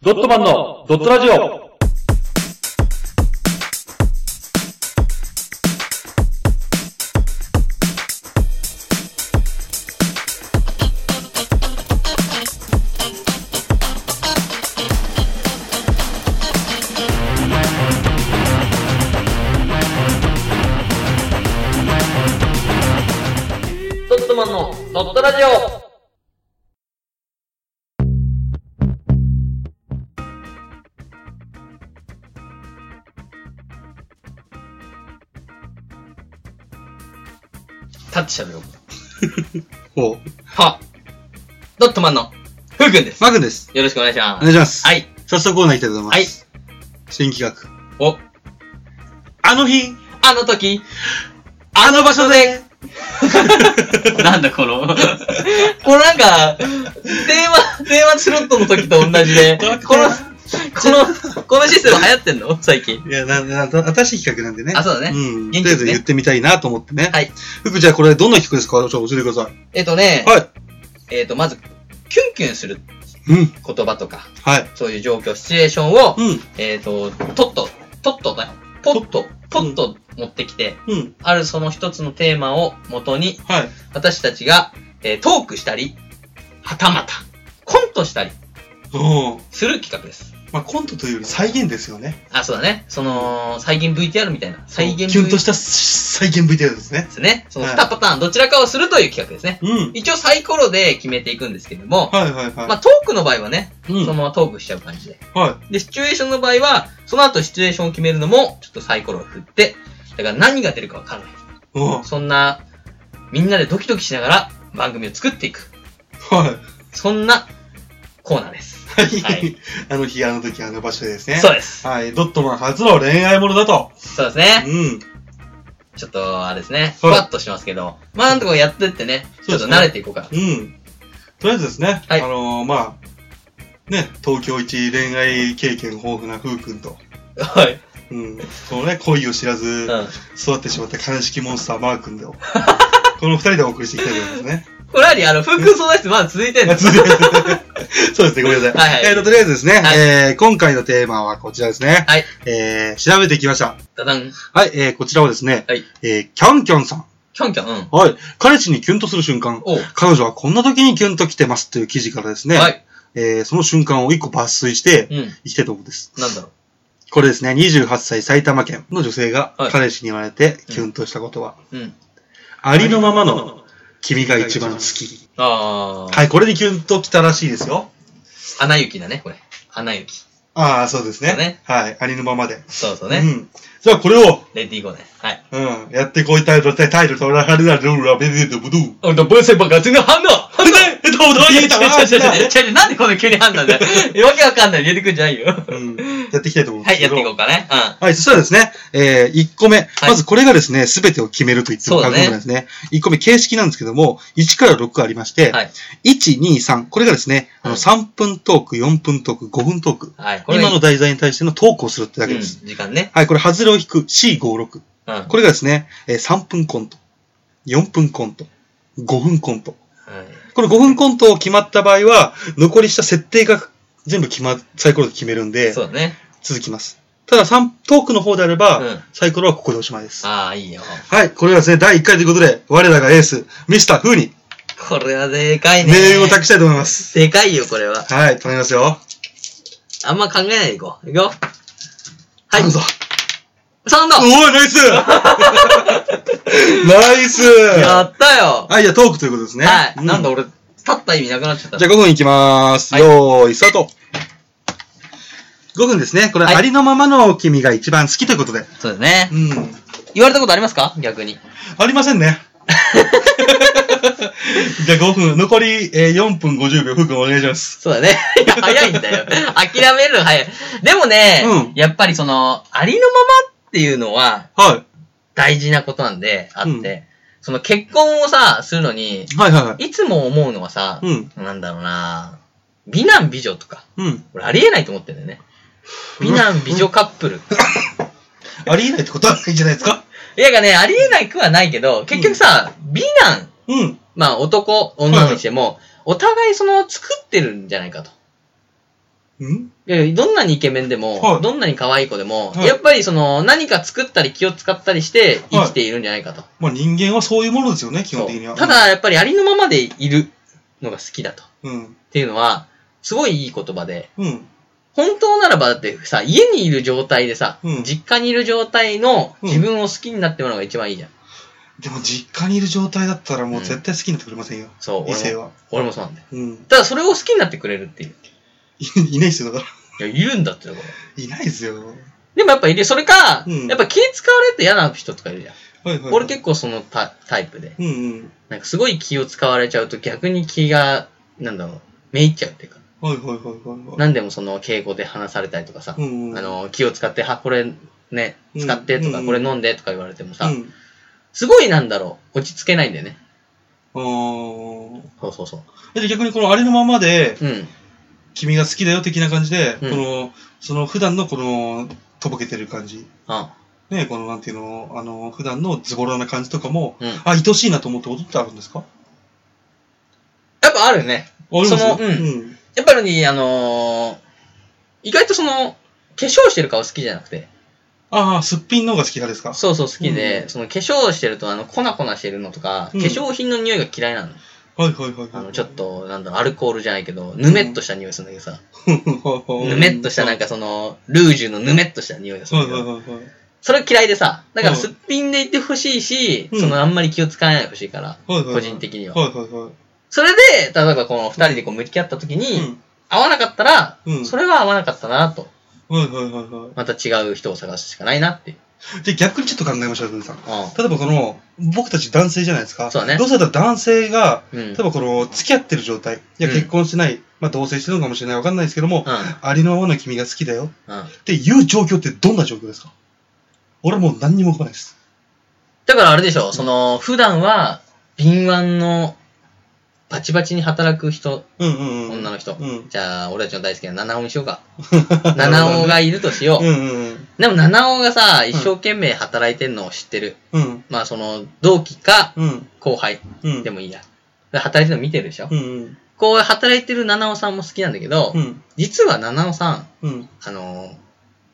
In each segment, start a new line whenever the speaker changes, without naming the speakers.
ドットマンのドットラジオ
ドットマンのドットラジオ立ってしゃべろう。
ほう。
はドットマンのふうくんです。
マー君です。
よろしくお願いします。
お願いします。
はい。
早速コーナー行きたいと思います。
はい。
新企画。
お、
あの日、
あの時、
あの場所で、
なんだこの、このなんか、電話、電話スロットの時と同じ で、この、この、このシステム流行ってんの最近。
いや、な、な、な新しい企画なんでね。
あ、そうだね。
うん。と
元気で
りあえ
すね
ず言ってみたいなと思ってね。
はい。
ふくじゃあこれどんな企画ですかちょっと教えてください。
えっとね、
はい。
えっと、まず、キュンキュンする
うん。
言葉とか、
はい。
そういう状況、シチュエーションを、
うん。
えっと、とっと、とっとだよ。ポッと、ポッと持ってきて、
うん。
あるその一つのテーマを元に、
はい。
私たちが、えートークしたり、はたまた、コントしたり
おー
する企画です。
まあコントというより再現ですよね。
あ、そうだね。その、再現 VTR みたいな。再現
キュンと
VTR
した再現 VTR ですね
で。すね。その
は
2
い
パターン、どちらかをするという企画ですね。
うん。
一応サイコロで決めていくんですけども、
はいはいはい。
まあトークの場合はね、
うん。
そのままトークしちゃう感じで。
は
で、シチュエーションの場合は、その後シチュエーションを決めるのも、ちょっとサイコロを振って、だから何が出るかわからない。
い。おー
そんな、みんなでドキドキしながら番組を作っていく。
はい。
そんなコーナーです。は
はいい。 あの日、あの時、あの場所でですね。
そうです。
はい。ドットマン初の恋愛ものだと。
そうですね。
うん。
ちょっと、あれですね。ふ
はい
わっとしますけど。まあ、なんとかやってってね。ち
そ
ょ
う
っ
です
と
ね
慣れていこうか。
うん。とりあえずですね、
はい
あのーまあ、ね、東京一恋愛経験豊富な風君と、
はい。
うん、そのね、恋を知ら
う
ず
ん。
育ってしまった悲しきモンスターマー 君と、この二人でお送りしていきたいと思いますね。
これあり、あの、服相談室まだ続いてん
ま
の
あ続いて そうですね、ごめんなさ
は
い。
いはい
えーと、とりあえずですね、
はい
えー今回のテーマはこちらですね。
はい。
えー調べてきました。
ダダン。
はい、えーこちらはですね、
はい
えーキャンキャンさん。
キョンキョン。うん。
はい、彼氏にキュンとする瞬間。
おう。
彼女はこんな時にキュンと来てますという記事からですね、
はい。
えーその瞬間を一個抜粋して
うん。
いきたいと思うんです。
なんだろう。
これですね、28歳埼玉県の女性が
はい
彼氏に言われてキュンとしたことは、
うん。
ありのままの君が一番好き。
あー。
はい、これでキュンときたらしいですよ。
アナ雪だね、これ。アナ雪。
ああ、そうです
そ
ね。
うね
はい、ありのままで。
そうそう
う
ね。
ん。じゃあこれを、
レディーゴーね。はい。
うん、やってこいタイトル、タイトル、タイトル、タイトル、タイトル、タイトル、ブドゥ。
あ、だ、ブーセバガツのハンダハンダ
えっと、どう言えたわ
なんでこの急にハンダだ よ。わけわかんない。入れてくんじゃないよ。は
うん、やっていきたいと思うんです
い、や
け
っ
ど。
ていこうかね。う
はい、そしたらですね、えー、1個目、まずこれがですね、すべてを決めると言っても過言ではないですね。1個目、形式なんですけども、1から6ありまして、
ん。はい。
1、2、3、これがですね、あの
はい
3分トーク、4分トーク、5分トーク。
はい。これ
今の題材に対してのトークをするってだけ
うん
です。
時間ね。
はい、これ、ハズレを引く C56。
うん。
これがですね、えー3分コント、4分コント、5分コント。
はい
この5分コントを決まった場合は、残りした設定が全部決ま、サイコロで決めるんで
そ、うだね。
続きます。ただ、3トークの方であれば、
うん
サイコロはここでおしまいです。
ああ、いいよ。
はい、これがですね、第1回ということで、我らがエース、ミスターフーに、
これはでかいね。
命運を託したいと思います。
でかいよ、これは。
はい、頼みますよ。
あんま考えないでいこう。いくよ。はい
頼。むぞ。
サウンド
おい、ナイスナイス
やったよ
はい、じゃあトークということですね。
は
う
い。なんだ俺、立った意味なくなっちゃった。
じゃあ5分いきまーす。
はい
よーい、スタート !5 分ですね。これ、
はい
ありのままの君が一番好きということで。
そうですね
う。ん。
言われたことありますか逆に。
ありませんね。 じゃあ5分、残り、えー4分50秒、ふうくんお願いします。
そうだね。いや早いんだよ。諦めるの早い。でもね、
うん
やっぱりその、ありのままっていうのは
は
大事なことなんで、あって、
うん
その結婚をさ、するのに、
い。はいはいはい。
いつも思うのはさ、
うん。
なんだろうな美男美女とか。
うん。
俺ありえないと思ってんだよ ね。美男美女カップル。
ありえないってことはないんじゃないですか
いやがね、ありえないくはないけど、結局さ、美男、
うん。
まあ男、女にしても、お互いその作ってるんじゃないかと。
うん
いやいやどんなにイケメンでも、
はい
どんなに可愛い子でも、
はい
やっぱりその、何か作ったり気を使ったりして生きているんじゃないかと。
まあ人間はそういうものですよね、基本的には。
そうた、だ、やっぱりありのままでいるのが好きだと。っ
うん。
ていうのは、すごいいい言葉で、
うん。
本当ならばだってさ、家にいる状態でさ、
うん
実家にいる状態の
うん
自分を好きになってもらうのが一番いいじゃん。
でも実家にいる状態だったらもううん絶対好きになってくれませんよ。
そう、
異性
俺も。
は。
俺もそうなんだよ。
うん。
ただそれを好きになってくれるっていう。
いい ないですよ、だから。
いや、いるんだってところ。
いないですよ。はい
でもやっぱいる、それか、
うん
やっぱ気使われて嫌な人とかいるじゃん。
はい、はい。
俺結構そのタタイプで。
構。うんうん。
なんかすごい気を使われちゃうと逆に気が、なんだろう、めいっちゃうっていうか。
はいはいはいはいはい。
何でもその敬語で話されたりとかさ、
うんうん
あの、気を使って、は、これね、
うん
使ってとか、
うん
これ飲んでとか言われてもさ、
うん。
すごいなんだろう、落ち着けないんだよね。
あー
そうそうそう。
えじゃあ逆にこのありのままで、
うん。
君が好きだよ的な感じで、
うん
この、その普段のこの、とぼけてる感じ。
あ
ね、このなんていうの、あの、普段のズボラな感じとかも、
うん。やっ
あ、愛しいなと思ったことってあるんですか
ぱあるよね。
あります
そのうん
うん。
やっぱりね、あのー意外とその、化粧してる顔好きじゃなくて、
ああ、すっぴんの方が好き派ですか
そうそう好きで、
うん
その化粧してると、あの、粉々してるのとか、化
うん
粧品の匂いが嫌いなの。
はいはいはいはい。
あの、 ちょっと、なんだろう、アルコールじゃないけど、ぬめっとした匂いするんだけどさ、ぬ
ぬ
めっとしたなんかその、ルージュのぬめっとした匂いがす
は
るん
い
だけ
はいは
ど、
いはい。
それ嫌いでさ、だから
うん
すっぴんでいてほしいし、
うん
そのあんまり気を使わないでほしいから、
はいはいはい
個人的には。
はいはいはい。
それで、例えばこの二人でこう向き合った時
う
に、
ん。
合わなかったら、
うん
それは合わなかったなと、
はいはいはいは
また違う人を探すしかないなっていう。
い。じゃあ逆にちょっと考えましょう、文さん。
う
例えばこの、僕たち男性じゃないですか。
そうだね
どうせだったら男性が、
ん。うん。
例えばこの、付き合ってる状態。いや、
うん
結婚してない。まあ同棲してるのかもしれない。わかんないですけども、
う
ありのままの君が好きだよ。
ん。うん。
っていう状況ってどんな状況ですか俺もう何にも浮かばないです。
だからあれでしょ、その、普段は、敏腕の、バチバチに働く人、
うんうんうん。
女の人。
うん。
じゃあ、俺たちの大好きな七尾にしよう か。七尾がいるとしよ
う
う。
んうん
でも七尾がさ、一生懸命働いてんのを知ってる。
うん。うん。
まあ、その、同期か、
うん。
後輩
うん。
でもいいや。で働いてるの見てるでしょ。
うんうん。
こう、働いてる七尾さんも好きなんだけど、
うん。
実は七尾さん、
うん。
あのー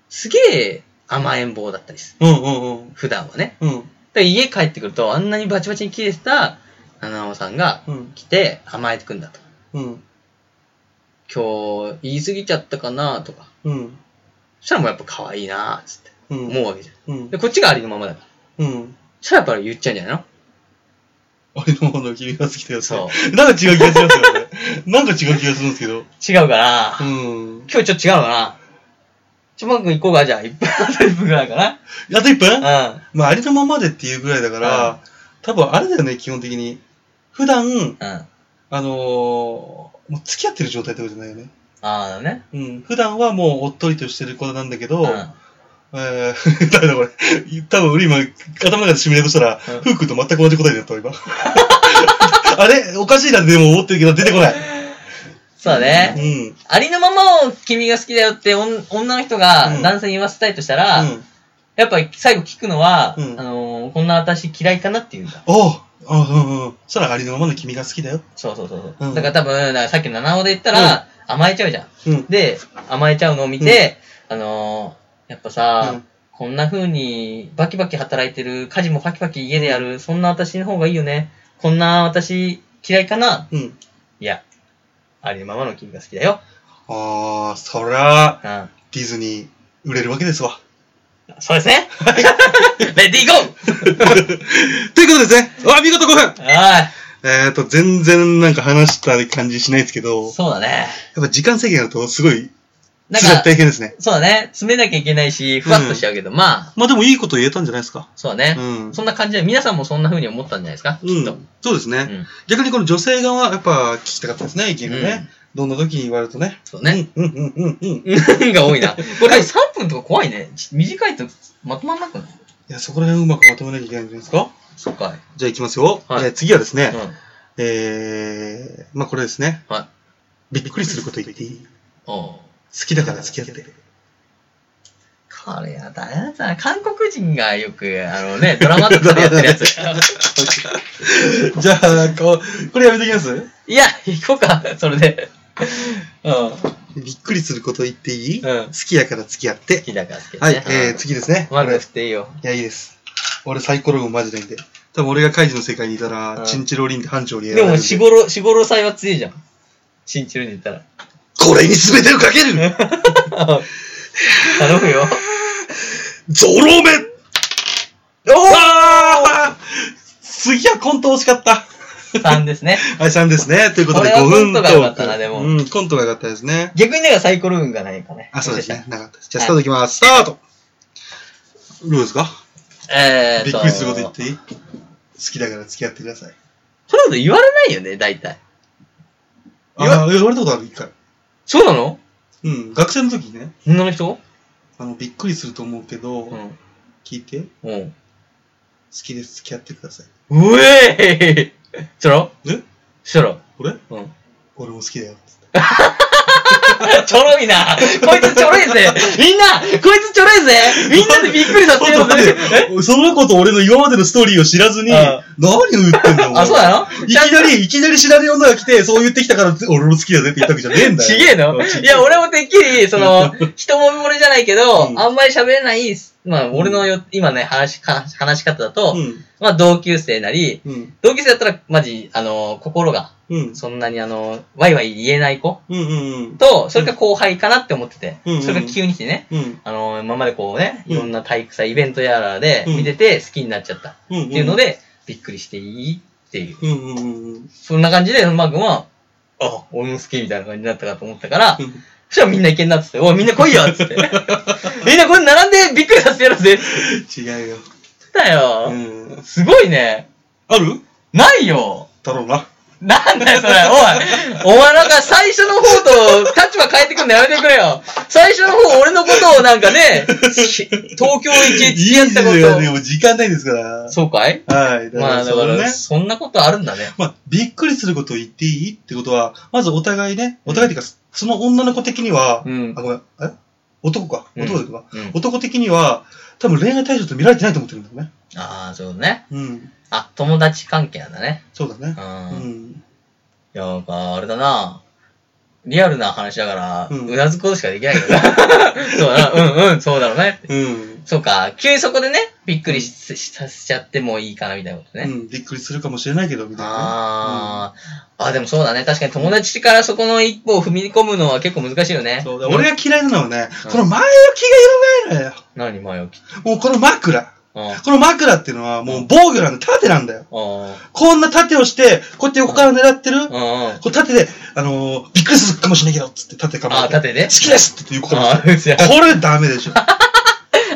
すげえ甘えん坊だったりする。
うんうんうん。
普段はね。
うん。
だから家帰ってくると、あんなにバチバチに切れてた七尾さんが、
うん。
来て甘えてくんだと。
うん。
今日言い過ぎちゃったかなとか。
うん。
そしたらもうやっぱ可愛いなっつって
うん。
思うわけじゃん。
うん。
で、こっちがありのままだから。
うん。
そしたらやっぱり言っちゃうんじゃないの
俺のもの君が好きだよ、
そう。
なんか違う気がしますよね。 なんか違う気がするんですけど。
違うから、
うん。
今日ちょっと違うかな。ちょ、マー君行こうか、じゃあ。1分、あと1分ぐらいかな。
あと1分
うん。
まあ、ありのままでっていうぐらいだから、
うん
多分あれだよね、基本的に。普段、
うん。あ
あのーもう付き合ってる状態ってことじゃないよね。
あ、だね。
うん。普段はもうおっとりとしてる子なんだけど、
うん。
えー、 誰だこれ。多分俺今、頭の中でシミュレートしたら、
うん
フー君と全く同じ答えになったわ、今。 あれおかしいなってでも思ってるけど出てこない。
そうだね。
うん。
ありのままを君が好きだよっておん女の人が
うん
男性に言わせたいとしたら、
うん。
やっぱり最後聞くのは、
うん
あのーこんな私嫌いかなって言うんだ。
おうあうんうん。そらありのままの君が好きだよ。
そうそうそうそう。
うん
だから多分、だからさっきの七尾で言ったら、甘えちゃうじゃん。
うん。
で、甘えちゃうのを見て、あのーやっぱさ、
うん
こんな風にバキバキ働いてる、家事もバキバキ家でやる、そんな私の方がいいよね。こんな私嫌いかな
うん。
いや、ありのままの君が好きだよ。
ああ、そら、
うん。
ディズニー、売れるわけですわ。
そうですね。レディーゴー
ということですね。わあ、見事5分
お
えっ、ー、と、全然なんか話した感じしないですけど、や
い
っ
そうだね。
ぱ時間制限あるとすごい、
なん
辛い
か、
大変ですね。
そうだね。詰めなきゃいけないし、ふわっとしちゃうけど、まあ、
まあでもいいこと言えたんじゃないですか。
そうだね。
うん。
そんな感じで、皆さんもそんな風に思ったんじゃないですか、
う
き
ん
っと。
そうですね、
うん
逆にこの女性側はやっぱ聞きたかったですね、意見がね、どんな時に言われるとね。
そうね。
うんうんうんうん。い
うん が多いな。これ3分とか怖いね。ち短いとまとまんなくない
や、そこら辺うまくまとめなきゃいけないんじゃないですか。
そうかい。
じゃあ行きますよ。
はい
えー次はですね、
うん。
えー、まあこれですね。
はい。
びっくりすること言っていい好
おう
きだから付き 合って。
これやだやだ。韓国人がよく、あのね、 ドラマとかでやってるやつ。
じゃあ、こう、これやめときます
いや、行こうか、それで。うん。
びっくりすること言っていい、
うん
好きやから付き合って
好。きだから好き
は
だ
い、
ね。
えー、次ですね。
まだ
これ
振っていいよ。
いや、いいです。俺サイコロ運マジでいいんで。多分俺がカイジの世界にいたら、
うん
チンチロリンって班長に選
で
ばれるん
も、しごろ、しごろ祭は強いじゃん。チンチルに言ったら。
これに全てをかける
頼むよ。
ゾロ目
お
あ次はコント惜しかった。
お !3 ですね。
はい、3ですね。ということで、
これは
5分
コントが良かったなでも
うん、コントが良かったですね。
逆にだからサイコロ運がないかね。
あ、そうですね。。なかったです。じゃあ、スタートいきます。スタートどうですか
えーと。
びっくりすること言っていい好きだから付き合ってください。
そういうこと言われないよね、大体。言わ
あ、言われたことある、一回。
そうなの
うん、学生の時ね、
女の人
あの、びっくりすると思うけど、
ん。
聞いて、好
うん。
きです、付き合ってください。
うえーいそろ
え
そろ。
俺
うん。
俺も好きだよ。つって
ちょろいなこいつちょろいぜみんなこいつちょろいぜみんなでびっくりさせよう ぜ
そのこと俺の今までのストーリーを知らずに、
うん
何を言ってんだお前
あ、そうなの
いきなり、いきなり知らねえ女が来て、そう言ってきたから、俺も好きだぜって言ったわけじゃねえんだよ。
ちげえの
うんち
いや、俺もてっきり、そ の、人もみもれじゃないけど、
うん
あんまり喋れない、まあ、俺のよ、今ね、話し、か話し方だと、
うん。
まあ、同級生なり、
うん。
同級生だったら、マジ、あの、心が、
うん。
そんなにあの、ワイワイ言えない子
うん。うん。
と、それが後輩かなって思ってて、
うん
それが急に来てね、
うん。
あの、今までこうね、
うん
いろんな体育祭、イベントやらで
うん
見てて好きになっちゃったっ
うん。って
いうの。で、びっくりしていいっていう。
うん。うん。うん。
そんな感じで、マー君は、あ、俺も好きみたいな感じになったかと思ったから、
うん
そしたらみんな行けんなっつって、おいみんな来いよっつって。 みんなこれ並んでびっくりさせてやろうぜっつっ
違うよ。
てたよ、
うん。
すごいね。
ある
ないよ。
だろうな。
なんだよそれ、おい。お前なんか最初の方と立場変えてくんのやめてくれよ。最初の方俺のことをなんかね、ひ東京行
い
け
い
付き合っ
です
たこ
よ。で
と。
も時間ないですから。
そうかい
はい。
まあだ
そ
か
の
ら、
ね。
そんなことあるんだね。
まあ、びっくりすることを言っていいってことは、まずお互いね、お互いっていうか、その女の子的には、
うん
あ、。ごめん、え男か。
うん
男だけど、
うん、
男的には、多分恋愛対象と見られてないと思ってるんだよね。
ああ、そうね。
うん。
あ、友達関係なんだね。
そうだね。う
うん。
ん。
いや、なんか、あれだな。リアルな話だから、
うん
うなずくことしかできないよ な。そうだな。うんうん、そうだろうね。
うん。
そうか、急にそこでね、びっくりししさせちゃってもいいかな、みたいなことね。
うん、びっくりするかもしれないけど、みたいなね。
あー、あ、でもそうだね。確かに友達からそこの一歩を踏み込むのは結構難しいよね。
そうだ俺
が、
が嫌いなのはね、
うん
この前置きがいらないのよ。
何前置きって。
もうこの枕。
うん。あ
この枕っていうのはもう防御なんで縦なんだよ。
ー
こんな縦をして、こうやって横から狙ってる。
うん うん。
こう縦で、あのー、びっくりするかもしれないけど、つって縦かも。
あー、縦で
好きですって言うこ
あ
と
ー、うつや。
これダメで しょ。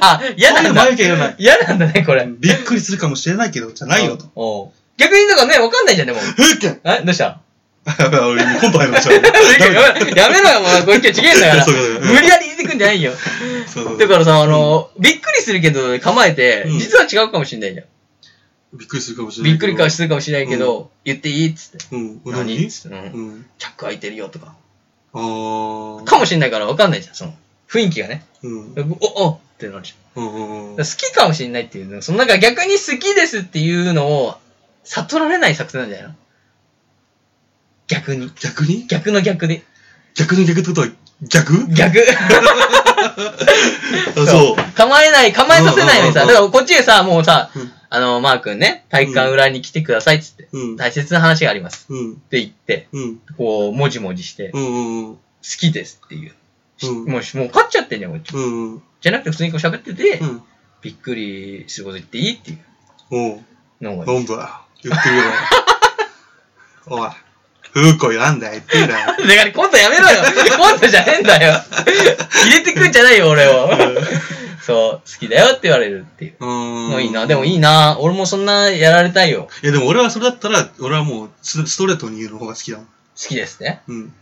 あ、嫌なんだ
これ眉毛いらない。
嫌なんだね、これ。
びっくりするかもしれないけど、じゃないよと。
おう。逆にだからね、わかんないじゃん、でも。
ふうけん
え、どうした
俺今コント入るで しょ。
やめろやめろよ、もう、これ今日違えんだから。
そうかそうか
無理やり出てくんじゃないよ。
そうそうそう
だからさ、あの、びっくりするけど構えて、
うん
実は違うかもしんないじゃん。
びっくりするかもしれない
びっ
け
く
ど。
りかするかもしれないけど、言っていいっつって。
うん。うな
何
ぎ
っつって。うん。
うん。
チャック開いてるよとか。
あー
かもしんないからわかんないじゃん、その。雰囲気がね。
うん。
お、おってなるじ
うんうんうん
ゃん。だから好きかもしんないっていうの。そのなんか逆に好きですっていうのを悟られない作戦なんじゃないの逆に。
逆に
逆の逆で。
逆の逆ってことは逆
逆。
あそう。
構えない、構えさせないのにさ、
うん
だ
うん
か
うん
らこっちでさ、もうさ
うん、
あの、マー君ね、体育館裏に来てくださいっつって、
うん。
大切な話があります
うん。
って言って、
うん。
こう、もじもじして、好
うんうんうん。
きですっていう。
うん
もうし、もう勝っちゃってんじゃん、こっち。
うんうん。
じゃなくて普通にこう喋ってて
う、ん。
びっくりすること言っていいっていう
おう。
のがいい。
なんだ言ってみろよ。 おい。風子選んだ言ってみろよ。
だからコントやめろよコントじゃねえんだよ 入れてくんじゃないよ、俺を。そう、好きだよって言われるっていう。
うーん。
もういいな、でもい
い。
いな、俺もそんなやられたいよ。好
いやでも俺はそれだったら、俺はもうスストレートに言うの方が好きだもん。
きですね。
うん。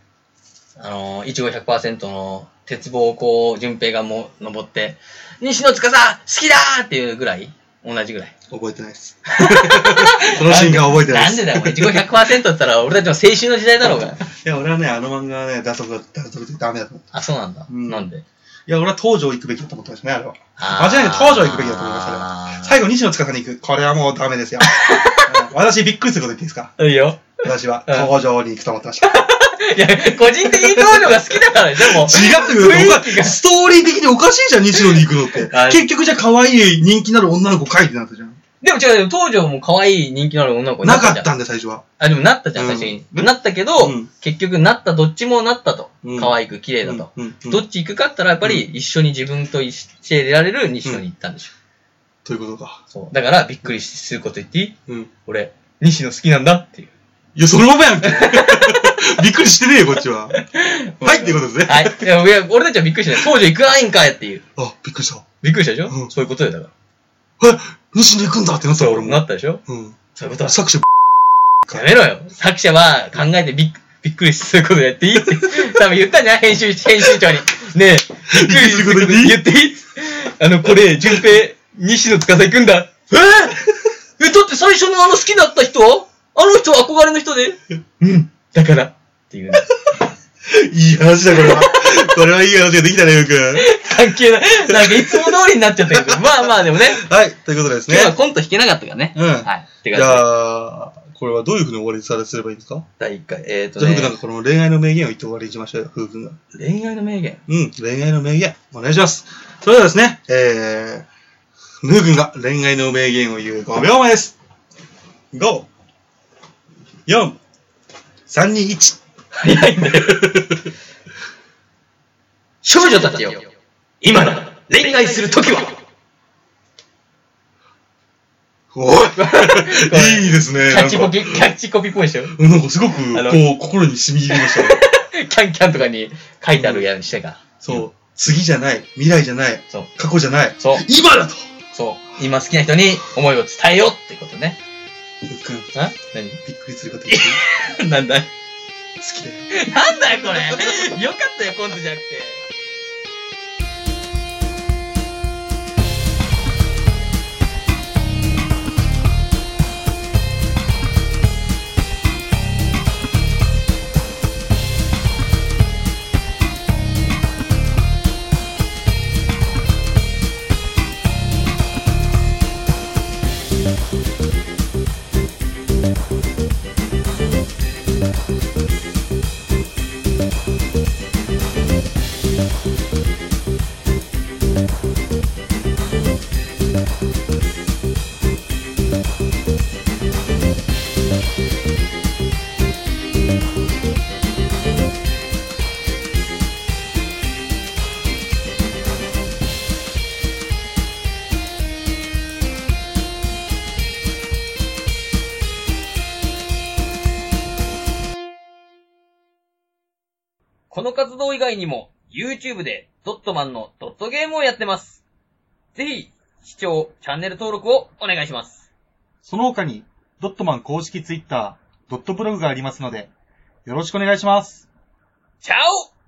あの、いちご100%の鉄棒をこう、順平がもう、登って、西野塚さん好きだーっていうぐらい同じぐらい。
覚えてないです。 そのシーンが覚えてな
な
い
ん
で
で
す。
だよ、いちご100%って言ったら俺たちの青春の時代だろうが。
いや、俺はね、あの漫画はね、出さな出さなくてダメだと思う。
あ、そうなんだ。
うん
なんで
いや、俺は東条行くべきだと思ってましたね、あれは。
あー
間違いなく東条行くべきだと思いますそれ
あー
最後、西野塚さんに行く。これはもうダ メですよ。うん私、びっくりすること言っていいですか
いいよ。
私は、
うん
東条に行くと思ってました。
いや、個人的に東条が好きだからでしょ、もう。
違うよ
雰囲 気が
ストーリー的におかしいじゃん、西野に行くのって
あ。
結局じゃあ可愛い人気のある女の子書いてなかったじゃん。
でも違うよ、東条も可愛い人気のある女の子に
な
っ
か
た
っ
じゃん。
たんで、最初は。
あ、でもなったじゃん、最初に。なったけど、
うん
結局なった、どっちもなったと。
うん
可愛く、綺麗だと。
うんうん
どっち行くかって言ったら、やっぱり一緒に自分と一緒にいられる西野に行ったんでしょ。
ということか。
そう。だから、びっくりすること言っていい
うん。
俺、西野好きなんだっていう。
いや、そのままやんけ。 びっくりしてねえよ、こっちは。はい、っていうことですね。
はい。いや、いや俺たちはびっくりしたね。東条行くないんかいっていう。
あ、びっくりした。
びっくりしたでしょ、
うん
そういうことよ、だから。
え、西野行くんだってなったよ、俺
な
も。
ったでしょ
うん。
そういうことだ。
作者、
やめろよ。作者は考えてびっびっくりすることやってい いって。多分言ったんじゃない編集、編集長に。ねえ、びっくりすること言っていいあの、これ、順平、西野司行くんだ。えー、え、だって最初のあの好きだった人はあの人は憧れの人でうん、だから。っていうね。
いい話だ、これは。これはいい話ができたね、よく。
関係ない。なんかいつも通りになっちゃった けど。まあまあでもね、
はい、ということです
今
ね
日。はコント弾けなかったからね。
うん
はい。って感じ
じ
で。
ゃあ、これはどういうふうに終わりさすればいいんですか
第1回。えーと
じゃあ、
ね
僕、なんかこの恋愛の名言を言って終わりにしましょうよ、ふうくんが。
恋愛の名言。
うん、恋愛の名言、お願いします。それではですね、えー、ぬーくんが恋愛の名言を言う5秒前です。5、4、3、2、1。
早いんだよ。 少女たちよ。今の恋愛するときは。
お いいいですね。
キャッチコ
なんか
ピ、キャッチコピっぽいでしょ
うんなんかすごく、こ
あの
う、心に染み入りましたね。
キャンキャンとかに書いてあるやんしてが。
そう。次じゃない、未来じゃない、
そう。
過去じゃない、
そう。
今だと
そう。今好きな人に思いを伝えようってことね。
ぬーくん、び
あ
っくりすること言って
何
る
なんだよ。
好きだよ。
なんだよ、これ。よかったよ、コントじゃなくて。この活動以外にも、YouTube でドットマンのドットゲームをやってます。ぜひ、視聴、チャンネル登録をお願いします。
その他に、ドットマン公式ツイッター、ドットブログがありますので、よろしくお願いします。
チャオ